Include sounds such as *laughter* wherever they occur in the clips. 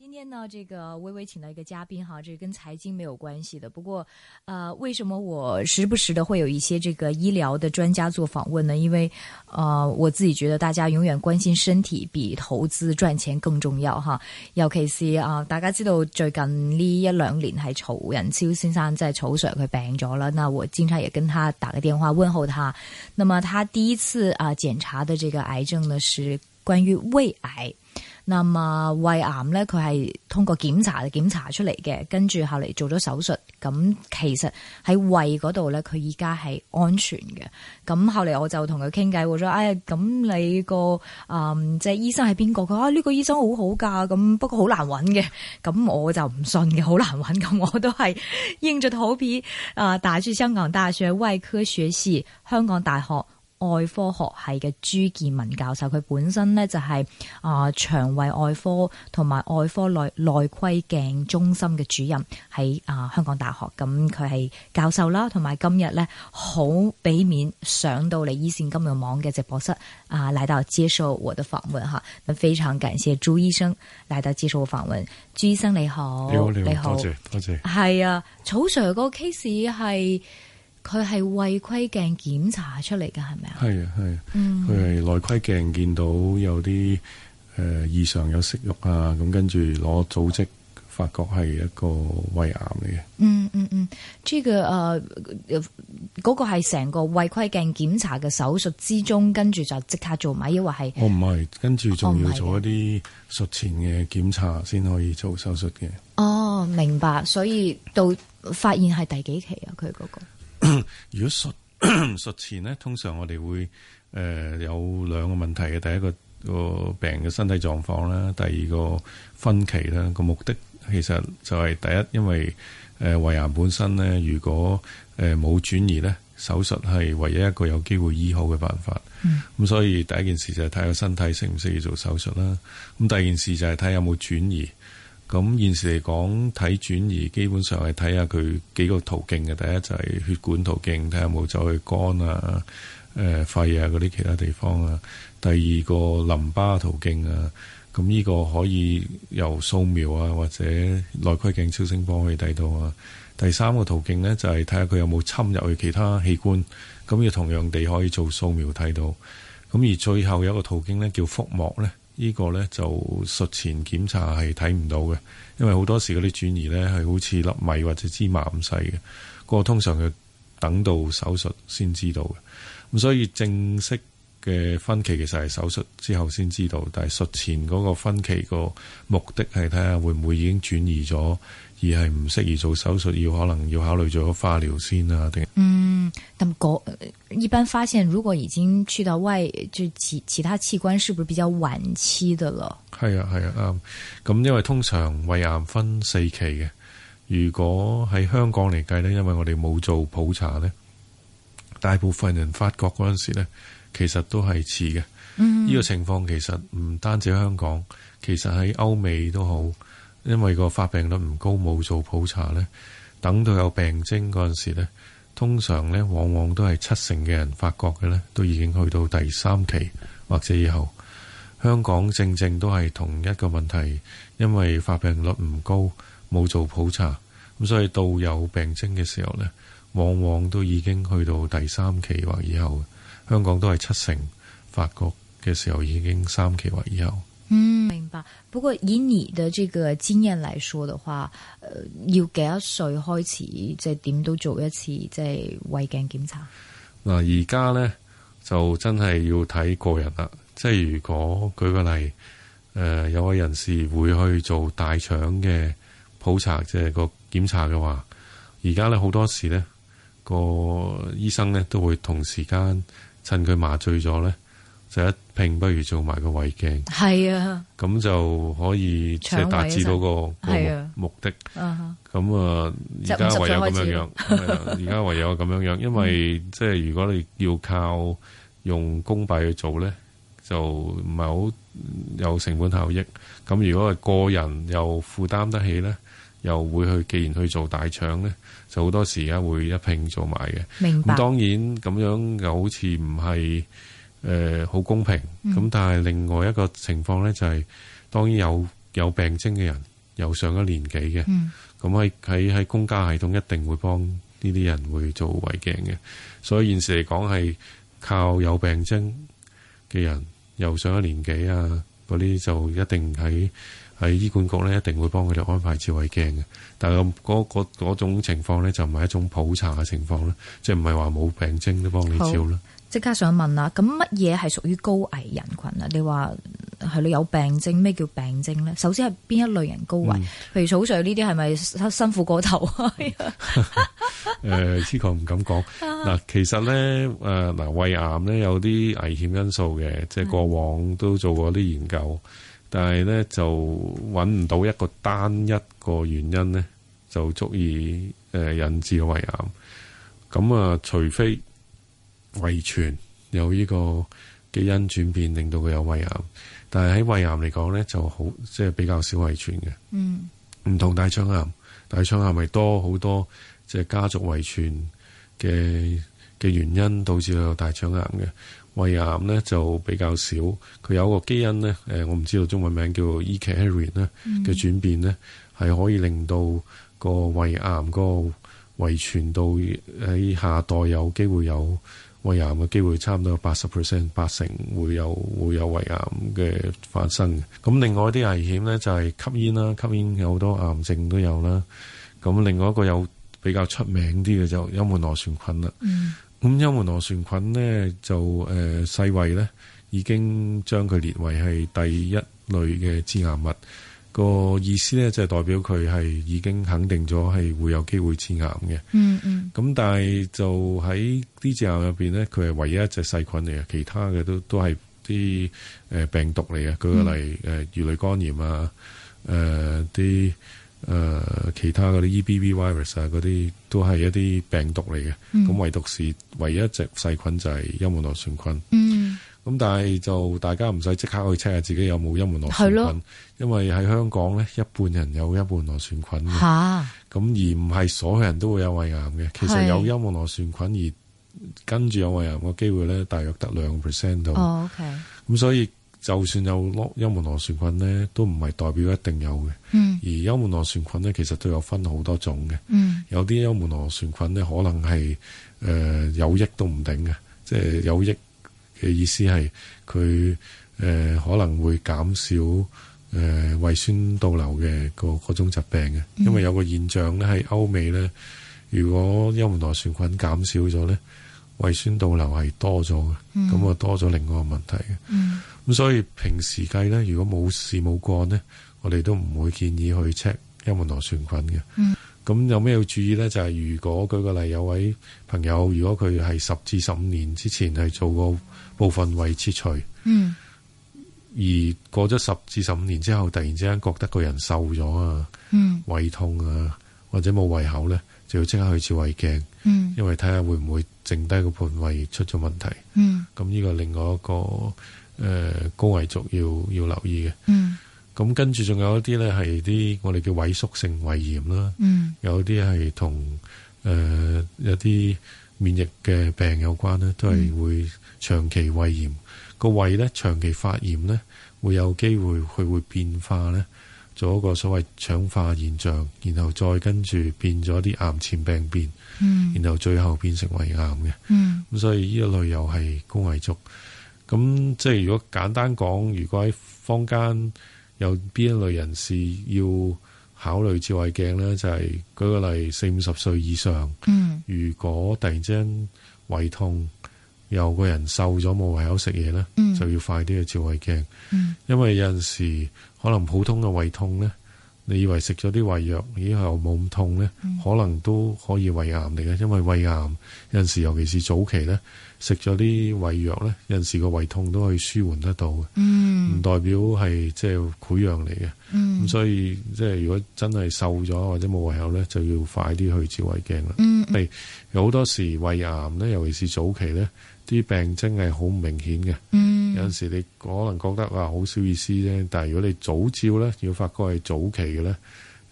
今天呢，这个微微请到一个嘉宾哈，这跟财经没有关系的。不过，呃，为什么我时不时的会有一些这个医疗的专家做访问呢？因为，呃，我自己觉得大家永远关心身体比投資賺錢更重要哈。尤其是啊、呃大家知道最近呢一兩年係曹仁超先生即係曹 Sir 佢病咗啦，那我經常也跟他打個電話問候他。那么他第一次啊、呃檢查的這個癌症呢是關於胃癌。咁啊，胃癌咧，佢係通過檢查檢查出嚟嘅，跟住後嚟做咗手術。咁其實喺胃嗰度咧，佢而家係安全嘅。咁後嚟我就同佢傾偈，我話：，哎，咁你個嗯即係醫生係邊個？佢話啊，呢、個醫生好好㗎，咁不過好難揾嘅。咁我就唔信嘅，好難揾。咁我都係硬着頭皮啊、打住香港大學外科學系、香港大學。外科學系嘅朱建文教授，佢本身呢就係、啊、腸胃外科同埋外科內內窺鏡中心嘅主任，喺啊、香港大學。咁佢係教授啦，同埋今日呢好俾面上到嚟依線金融網嘅直播室啊、來到接受我的訪問哈。咁非常感謝朱醫生來到接受我訪問。朱醫生你好，你好，你好，多謝多謝。係啊，草 Sir 嗰個 case 係佢係胃窺鏡檢查出嚟嘅，係咪啊？係啊，係啊，佢係內窺鏡見到有啲誒、呃、異常有息肉啊，咁跟住攞組織發覺係一個胃癌嚟嘅。嗯嗯嗯，呢個誒嗰個係成個胃窺鏡檢查嘅手術之中，跟住就即刻做埋，抑或係我哦唔係，跟住仲哦唔要係嘅做一啲術前嘅檢查先可以做手術嘅。哦明白，所以到發現係第幾期啊？佢嗰、個如果術 *clears throat* 術前咧，通常我哋會誒、呃有兩個問題嘅，第一個個病嘅身體狀況啦，第二個分期啦。個目的其實就係第一，因為誒、呃、胃癌本身咧，如果誒冇、轉移咧，手術係唯一一個有機會醫好嘅辦法。嗯咁所以第一件事就係睇個身體適唔適宜做手術啦。咁第二件事就係睇有冇轉移。咁現時嚟講，睇轉移基本上係睇下佢幾個途徑嘅。第一就係血管途徑，睇下有冇走去肝啊、誒、肺啊嗰啲其他地方啊。第二個淋巴途徑啊，咁呢個可以由掃描啊或者內窺鏡超聲波可以睇到啊。第三個途徑呢，就係睇下佢有冇侵入去其他器官，咁要同樣地可以做掃描睇到。咁而最後有一個途徑咧，叫腹膜咧，呢、個咧就術前檢查係睇唔到嘅，因為好多時嗰啲轉移咧係好似粒米或者芝麻咁細嘅，個通常要等到手術先知道嘅。咁所以正式嘅分期其實係手術之後先知道，但係術前嗰個分期個目的係睇下會唔會已經轉移咗，而係唔適宜做手術，要可能要考慮做咗化療先啊，定嗯，但嗰一般發現如果已經去到外就其其他器官，是不是比較晚期的了？係啊，係啊，啱。咁因為通常胃癌分四期嘅，如果喺香港嚟計呢，因為我哋冇做普查呢，大部分人發覺嗰陣時呢，其實都係似嘅。呢、個情況其實唔單止香港，其實喺歐美都好，因為個發病率唔高，冇做普查呢，等到有病徵嗰陣時呢，通常呢，往往都係七成嘅人發覺嘅呢，都已經去到第三期或者以後。香港正正都係同一個問題，因為發病率唔高，冇做普查，咁所以到有病徵嘅時候呢，往往都已經去到第三期或以後。香港都係七成發覺嘅時候已經三期或以後。嗯，明白。不過以你的這個經驗來說的話，呃、要幾多歲開始，即係點都做一次即係胃鏡檢查？嗱，而家呢，就真係要睇個人啦。即係如果舉個例，誒、呃有位人士會去做大腸嘅普查，即係個檢查嘅話，而家呢好多時呢個醫生呢都會同時間趁佢麻醉咗呢，就一拼不如做埋個胃鏡，係啊，咁就可以即腸胃係達至到個個係啊目目的。啊哈咁啊，即係而家50唯有歲咁開始嗯樣樣，係啦而家唯有咁樣樣，因為即係如果你要靠用公幣去做咧，就唔係好有成本效益。咁如果係個人又負擔得起咧，又會去既然去做大腸咧，就好多時而家會一拼做埋嘅。明白咁。當然咁樣又好似唔係誒好嗯公平。咁、但係另外一個情況呢，就係、當然有有病徵嘅人，有上咗年紀嘅，嗯咁喺喺喺公家系統一定會幫呢啲人會做胃鏡嘅，所以現時嚟講係靠有病徵嘅人，又上咗年紀啊嗰啲就一定啊喺喺醫管局咧一定會幫佢哋安排照胃鏡嘅。但係嗰嗰嗰種情況咧就唔係一種普查嘅情況啦，即係唔係話冇病徵都幫你照啦。即刻想問啦，咁乜嘢係屬於高危人群啊？你話係你有病徵，咩叫病徵咧？首先係邊一類人高危？嗯譬如草水呢啲係咪辛辛苦過頭啊？誒，黐呃確唔敢講。嗱，其實咧，誒嗱，胃癌咧有啲危險因素嘅，即係過往都做過啲研究，但係咧就揾唔到一個單一個原因咧，就足以誒引致胃癌。咁啊，除非遺傳有呢個基因轉變令到佢有胃癌，但係喺胃癌嚟講咧就好，即係比較少遺傳嘅。嗯唔同大腸癌，大腸癌咪多好多即係家族遺傳嘅嘅原因導致佢有大腸癌嘅。胃癌咧就比較少，佢有一個基因咧，誒、我唔知道中文名叫 e c a r i n 咧嘅轉變咧，係可以令到個胃癌個遺傳到喺下代有機會有胃癌嘅機會，差唔多有八十 percent 八成會有會有胃癌嘅發生嘅。咁另外一啲危險咧就係吸煙啦，吸煙有好多癌症都有啦。咁另外一個有比較出名啲嘅就幽門螺旋菌啦。嗯咁幽門螺旋菌呢，就誒、呃世衛呢已經將佢列為係第一類嘅致癌物。個意思呢，就係代表佢係已經肯定咗係會有機會致癌嘅。嗯嗯咁但係就喺啲致癌入邊呢，佢係唯一一隻細菌嚟嘅，其他嘅都都係啲誒病毒嚟嘅。舉個例誒嗯魚類肝炎啊，誒啲誒其他嗰啲 EBV virus 啊，嗰啲都係一啲病毒嚟嘅。嗯咁啊唯獨是唯一一隻細菌就係幽門螺旋菌。嗯咁但係就大家唔使即刻去 check 下自己有冇幽門螺旋係咯菌，因為喺香港呢，一半人有幽門螺旋菌吓嘅。咁啊而唔係所有人都會有胃癌嘅。其係實有幽門螺旋菌而跟住有胃癌嘅機會咧，大約得兩個 percent 度。咁、哦 OK 所以就算有幽幽門螺旋菌咧，都唔係代表一定有嘅。嗯而幽門螺旋菌咧，其實都有分好多種嘅。嗯有啲幽門螺旋菌咧，可能係誒、呃有益都唔定嘅，即係有益嘅意思係佢誒可能會減少誒、呃胃酸倒流嘅個嗰種疾病嘅，因為有個現象咧喺歐美咧，如果幽門螺旋菌減少咗咧，胃酸倒流係多咗嘅，咁啊、多咗另外一個問題嘅。嗯咁所以平時計咧，如果冇事冇幹咧，我哋都唔會建議去 check 幽門螺旋菌嘅。嗯咁有咩要注意咧？就係、如果舉個例，有位朋友如果佢係十至十五年之前係做過部分胃切除，嗯而過咗十至十五年之後，突然之間覺得個人瘦咗啊、嗯胃痛啊，或者冇胃口咧，就要即刻去照胃鏡，嗯因為睇下會唔會剩低個盤胃出咗問題。嗯咁呢個另外一個誒、呃高危族要要留意嘅。嗯咁跟住仲有一啲咧係啲我哋叫萎縮性胃炎啦，嗯有啲係同誒有啲免疫嘅病有關咧，都係會長期胃炎。個胃咧長期發炎咧，會有機會佢會變化咧，做一個所謂腸化現象，然後再跟住變咗啲癌前病變，嗯然後最後變成胃癌嘅。嗯咁所以呢一類又係高危族。咁即係如果簡單講，如果喺坊間有邊一類人士要考慮照胃鏡呢，就係、舉個例，四五十歲以上，嗯如果突然之間胃痛，又個人瘦咗冇胃口食嘢呢，嗯就要快啲去照胃鏡，嗯因為有陣時可能普通嘅胃痛呢，你以為食咗啲胃藥，以後冇咁痛呢，嗯可能都可以胃癌嚟嘅，因為胃癌有陣時，尤其是早期呢，食咗啲胃藥呢，有陣時個胃痛都可以舒緩得到嘅，唔、嗯代表係即係潰瘍嚟嘅。咁、嗯所以即係如果真係瘦咗或者冇胃口呢，就要快啲去照胃鏡啦。嗯係有好多時胃癌呢，尤其是早期呢，啲病徵係好唔明顯嘅。嗯有陣時你可能覺得啊好少意思啫，但係如果你早照呢，要發覺係早期嘅呢，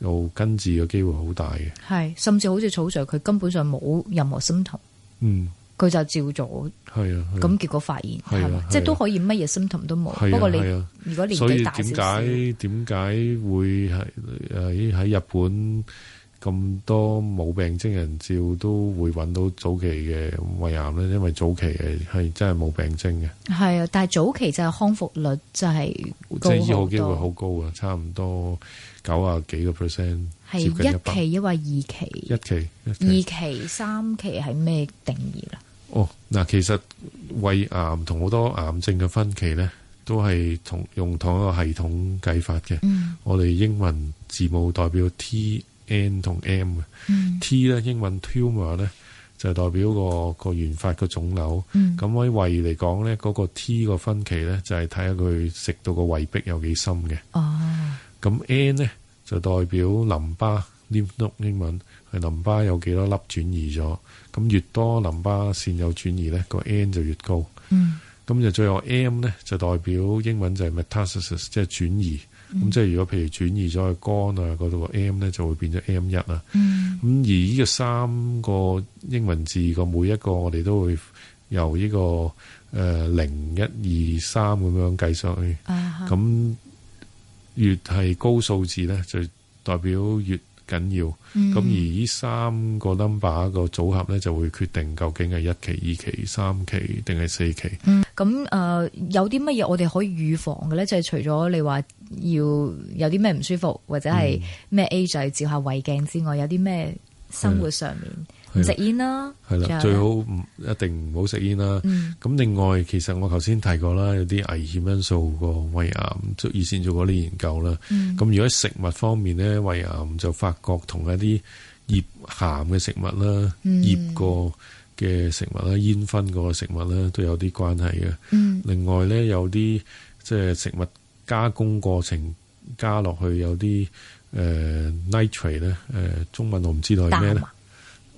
就根治嘅機會好大嘅。係，甚至好似草 Sir 佢根本上冇任何 symptom。嗯，佢就照做，係啊，係啊咁結果發現係啊係嘛係啊，即係都可以乜嘢 symptom 都冇。係啊不過你係啊如果年所以紀大點少解少，點解會係喺喺日本咁多冇病徵人照都會揾到早期嘅胃癌咧？因為早期嘅係真係冇病徵嘅，係啊，但係早期就係康復率就係即係醫高好好機會多好高啊，差唔多九啊幾個 percent，係接近一100期抑或二期。一期一二期。期、三期係咩定義啦？哦，嗱，其實胃癌同好多癌症嘅分期咧，都係同用同一個系統計法嘅。嗯我哋英文字母代表 T、N 同 M 嘅。嗯 T 咧英文 tumor 咧就代表個個原發個腫瘤。嗯咁喺胃嚟講咧，嗰、個 T 個分期咧就係睇下佢食到個胃壁有幾深嘅。哦，咁 N 咧就代表淋巴 lymph node 英文係淋巴有幾多粒轉移咗。咁越多淋巴線有轉移咧，個 N 就越高。嗯咁就最後 M 咧就代表英文就係 metastasis，即係轉移。咁、即係如果譬如轉移咗去肝啊嗰度個 M 咧就會變咗 M 一啊。嗯咁而呢個三個英文字個每一個我哋都會由呢、個誒零一二三咁樣計上去，啊哈，咁越係高數字咧，就代表越緊要。咁咁而呢三個 number 個組合咧，就會決定究竟係一期、二期、三期定係四期。嗯，咁誒、呃有啲乜嘢我哋可以預防嘅咧？就係、除咗你話要有啲咩唔舒服，或者係嗯咩 A 就係照下胃鏡之外，有啲咩生活上面唔食嗯係煙啦，仲係有啦，呢最好唔一定唔好食煙啦。嗯咁另外，其實我頭先提過啦，有啲危險因素個胃癌，即係以前做過啲研究啦。嗯咁如果喺食物方面咧，胃癌就發覺同一啲醃鹹嘅食物啦、嗯醃過嘅食物啦、煙燻過嘅食物啦，都有啲關係嘅。嗯另外咧，有啲即係食物加工過程加落去有啲誒、呃 nitrate 咧，誒、中文我唔知道係咩淡咧，啊，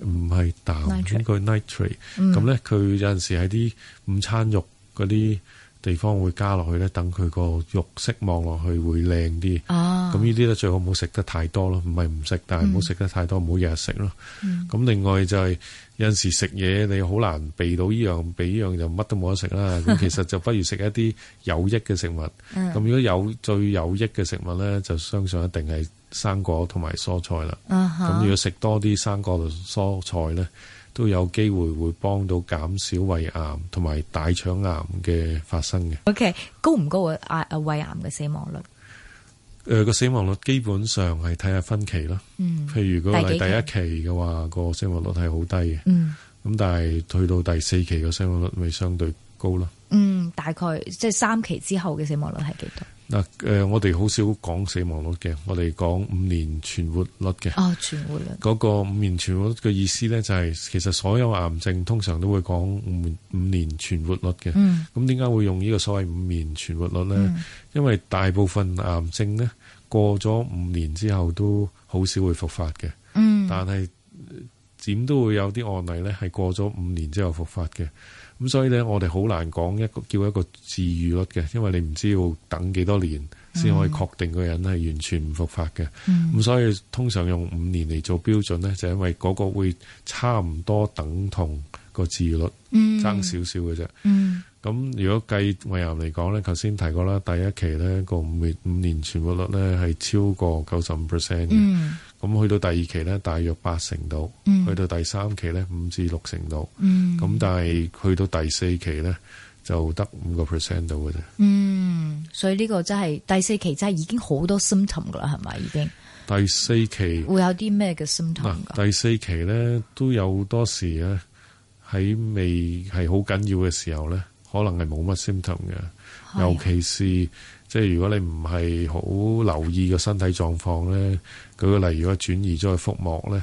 唔係氮， Nitrate 應該 nitrate。嗯咁咧，佢有陣時喺啲午餐肉嗰啲地方會加落去咧，等佢個肉色望落去會靚啲。啊，咁呢啲咧最好唔好食得太多咯，唔係唔食，但係唔好食得太多，唔好日日食咯。嗯咁另外就係有陣時食嘢你好難避到呢樣避呢樣就乜都冇得食 *laughs* 啦。咁其實就不如食一啲有益嘅食物。咁嗯如果有最有益嘅食物咧，就相信一定係生果同埋蔬菜啦。啊咁哈如，果食多啲生果同蔬菜咧，都有機會會幫到減少胃癌同埋大腸癌嘅發生嘅。高唔高啊啊？啊胃癌嘅死亡率，誒、個死亡率基本上係睇下分期啦。嗯譬如如果係第幾第一期嘅話，個死亡率係好低嘅，嗯咁但係去到第四期個死亡率咪相對高啦。嗯，大概即係三期之後嘅死亡率係幾多？嗱，誒、我哋好少講死亡率嘅，我哋講五年存活率嘅。哦，全活率，嗰個五年存活率嘅意思呢，就係、其實所有癌症通常都會講五年五年存活率嘅。嗯咁點解會用呢個所謂五年存活率呢？嗯因為大部分癌症呢，過咗五年之後都好少會復發嘅。嗯但係呃點都會有啲案例咧，係過咗五年之後復發嘅。咁所以咧，我哋好難講一個叫一個治愈率嘅，因為你唔知要等幾多年先可以確定個人係完全唔復發嘅。咁、嗯所以通常用五年嚟做標準咧，就因為嗰個會差唔多等同個治愈率嗯爭少少嘅啫。嗯咁如果計胃癌嚟講咧，頭先提過啦，第一期咧個五年五年存活率咧係超過九十五 percent 嘅。嗯咁去到第二期咧，大約八成度；嗯去到第三期咧，五至六成度。嗯咁、但係去到第四期咧，就得五個 percent 度嘅啫。嗯，所以呢個真係第四期真係已經好多 symptom 噶啦，係咪已經第四期會有啲咩嘅嗱、 symptom 噶？第四期咧都有好多時咧，喺未係好緊要嘅時候咧，可能係冇乜 symptom 嘅。係啊尤其是即係如果你唔係好留意個身體狀況咧，舉個例，如果轉移咗去腹膜咧，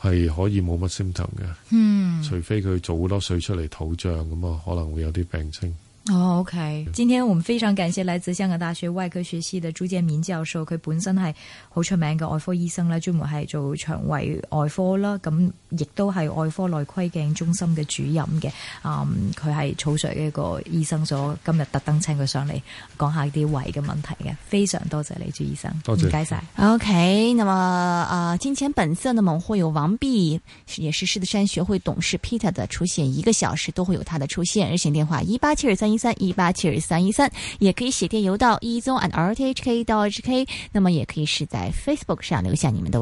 係可以冇乜 symptom 嘅。嗯除非佢做好多水出嚟肚脹咁啊，可能會有啲病徵。哦，OK，今天我們非常感謝來自香港大學外科學系嘅朱建民教授，佢本身係好出名嘅外科醫生啦，專門係做腸胃外科啦，咁亦都係外科內窺鏡中心嘅主任嘅。嗯，佢係草水嘅一個醫生，所以今日特登請佢上嚟講下啲胃嘅問題嘅。非常多謝你，朱醫生，多謝唔該晒。 OK，那麼啊、呃，金錢本色呢，我們會有王弼，是也是獅子山學會董事 Peter 的出現，一個小時都會有他的出現。熱線電話一八七二三一三一八七二三一三，也可以寫電郵到一宗 at rthk 到 hk，那麼也可以是在 Facebook 上留下你們的。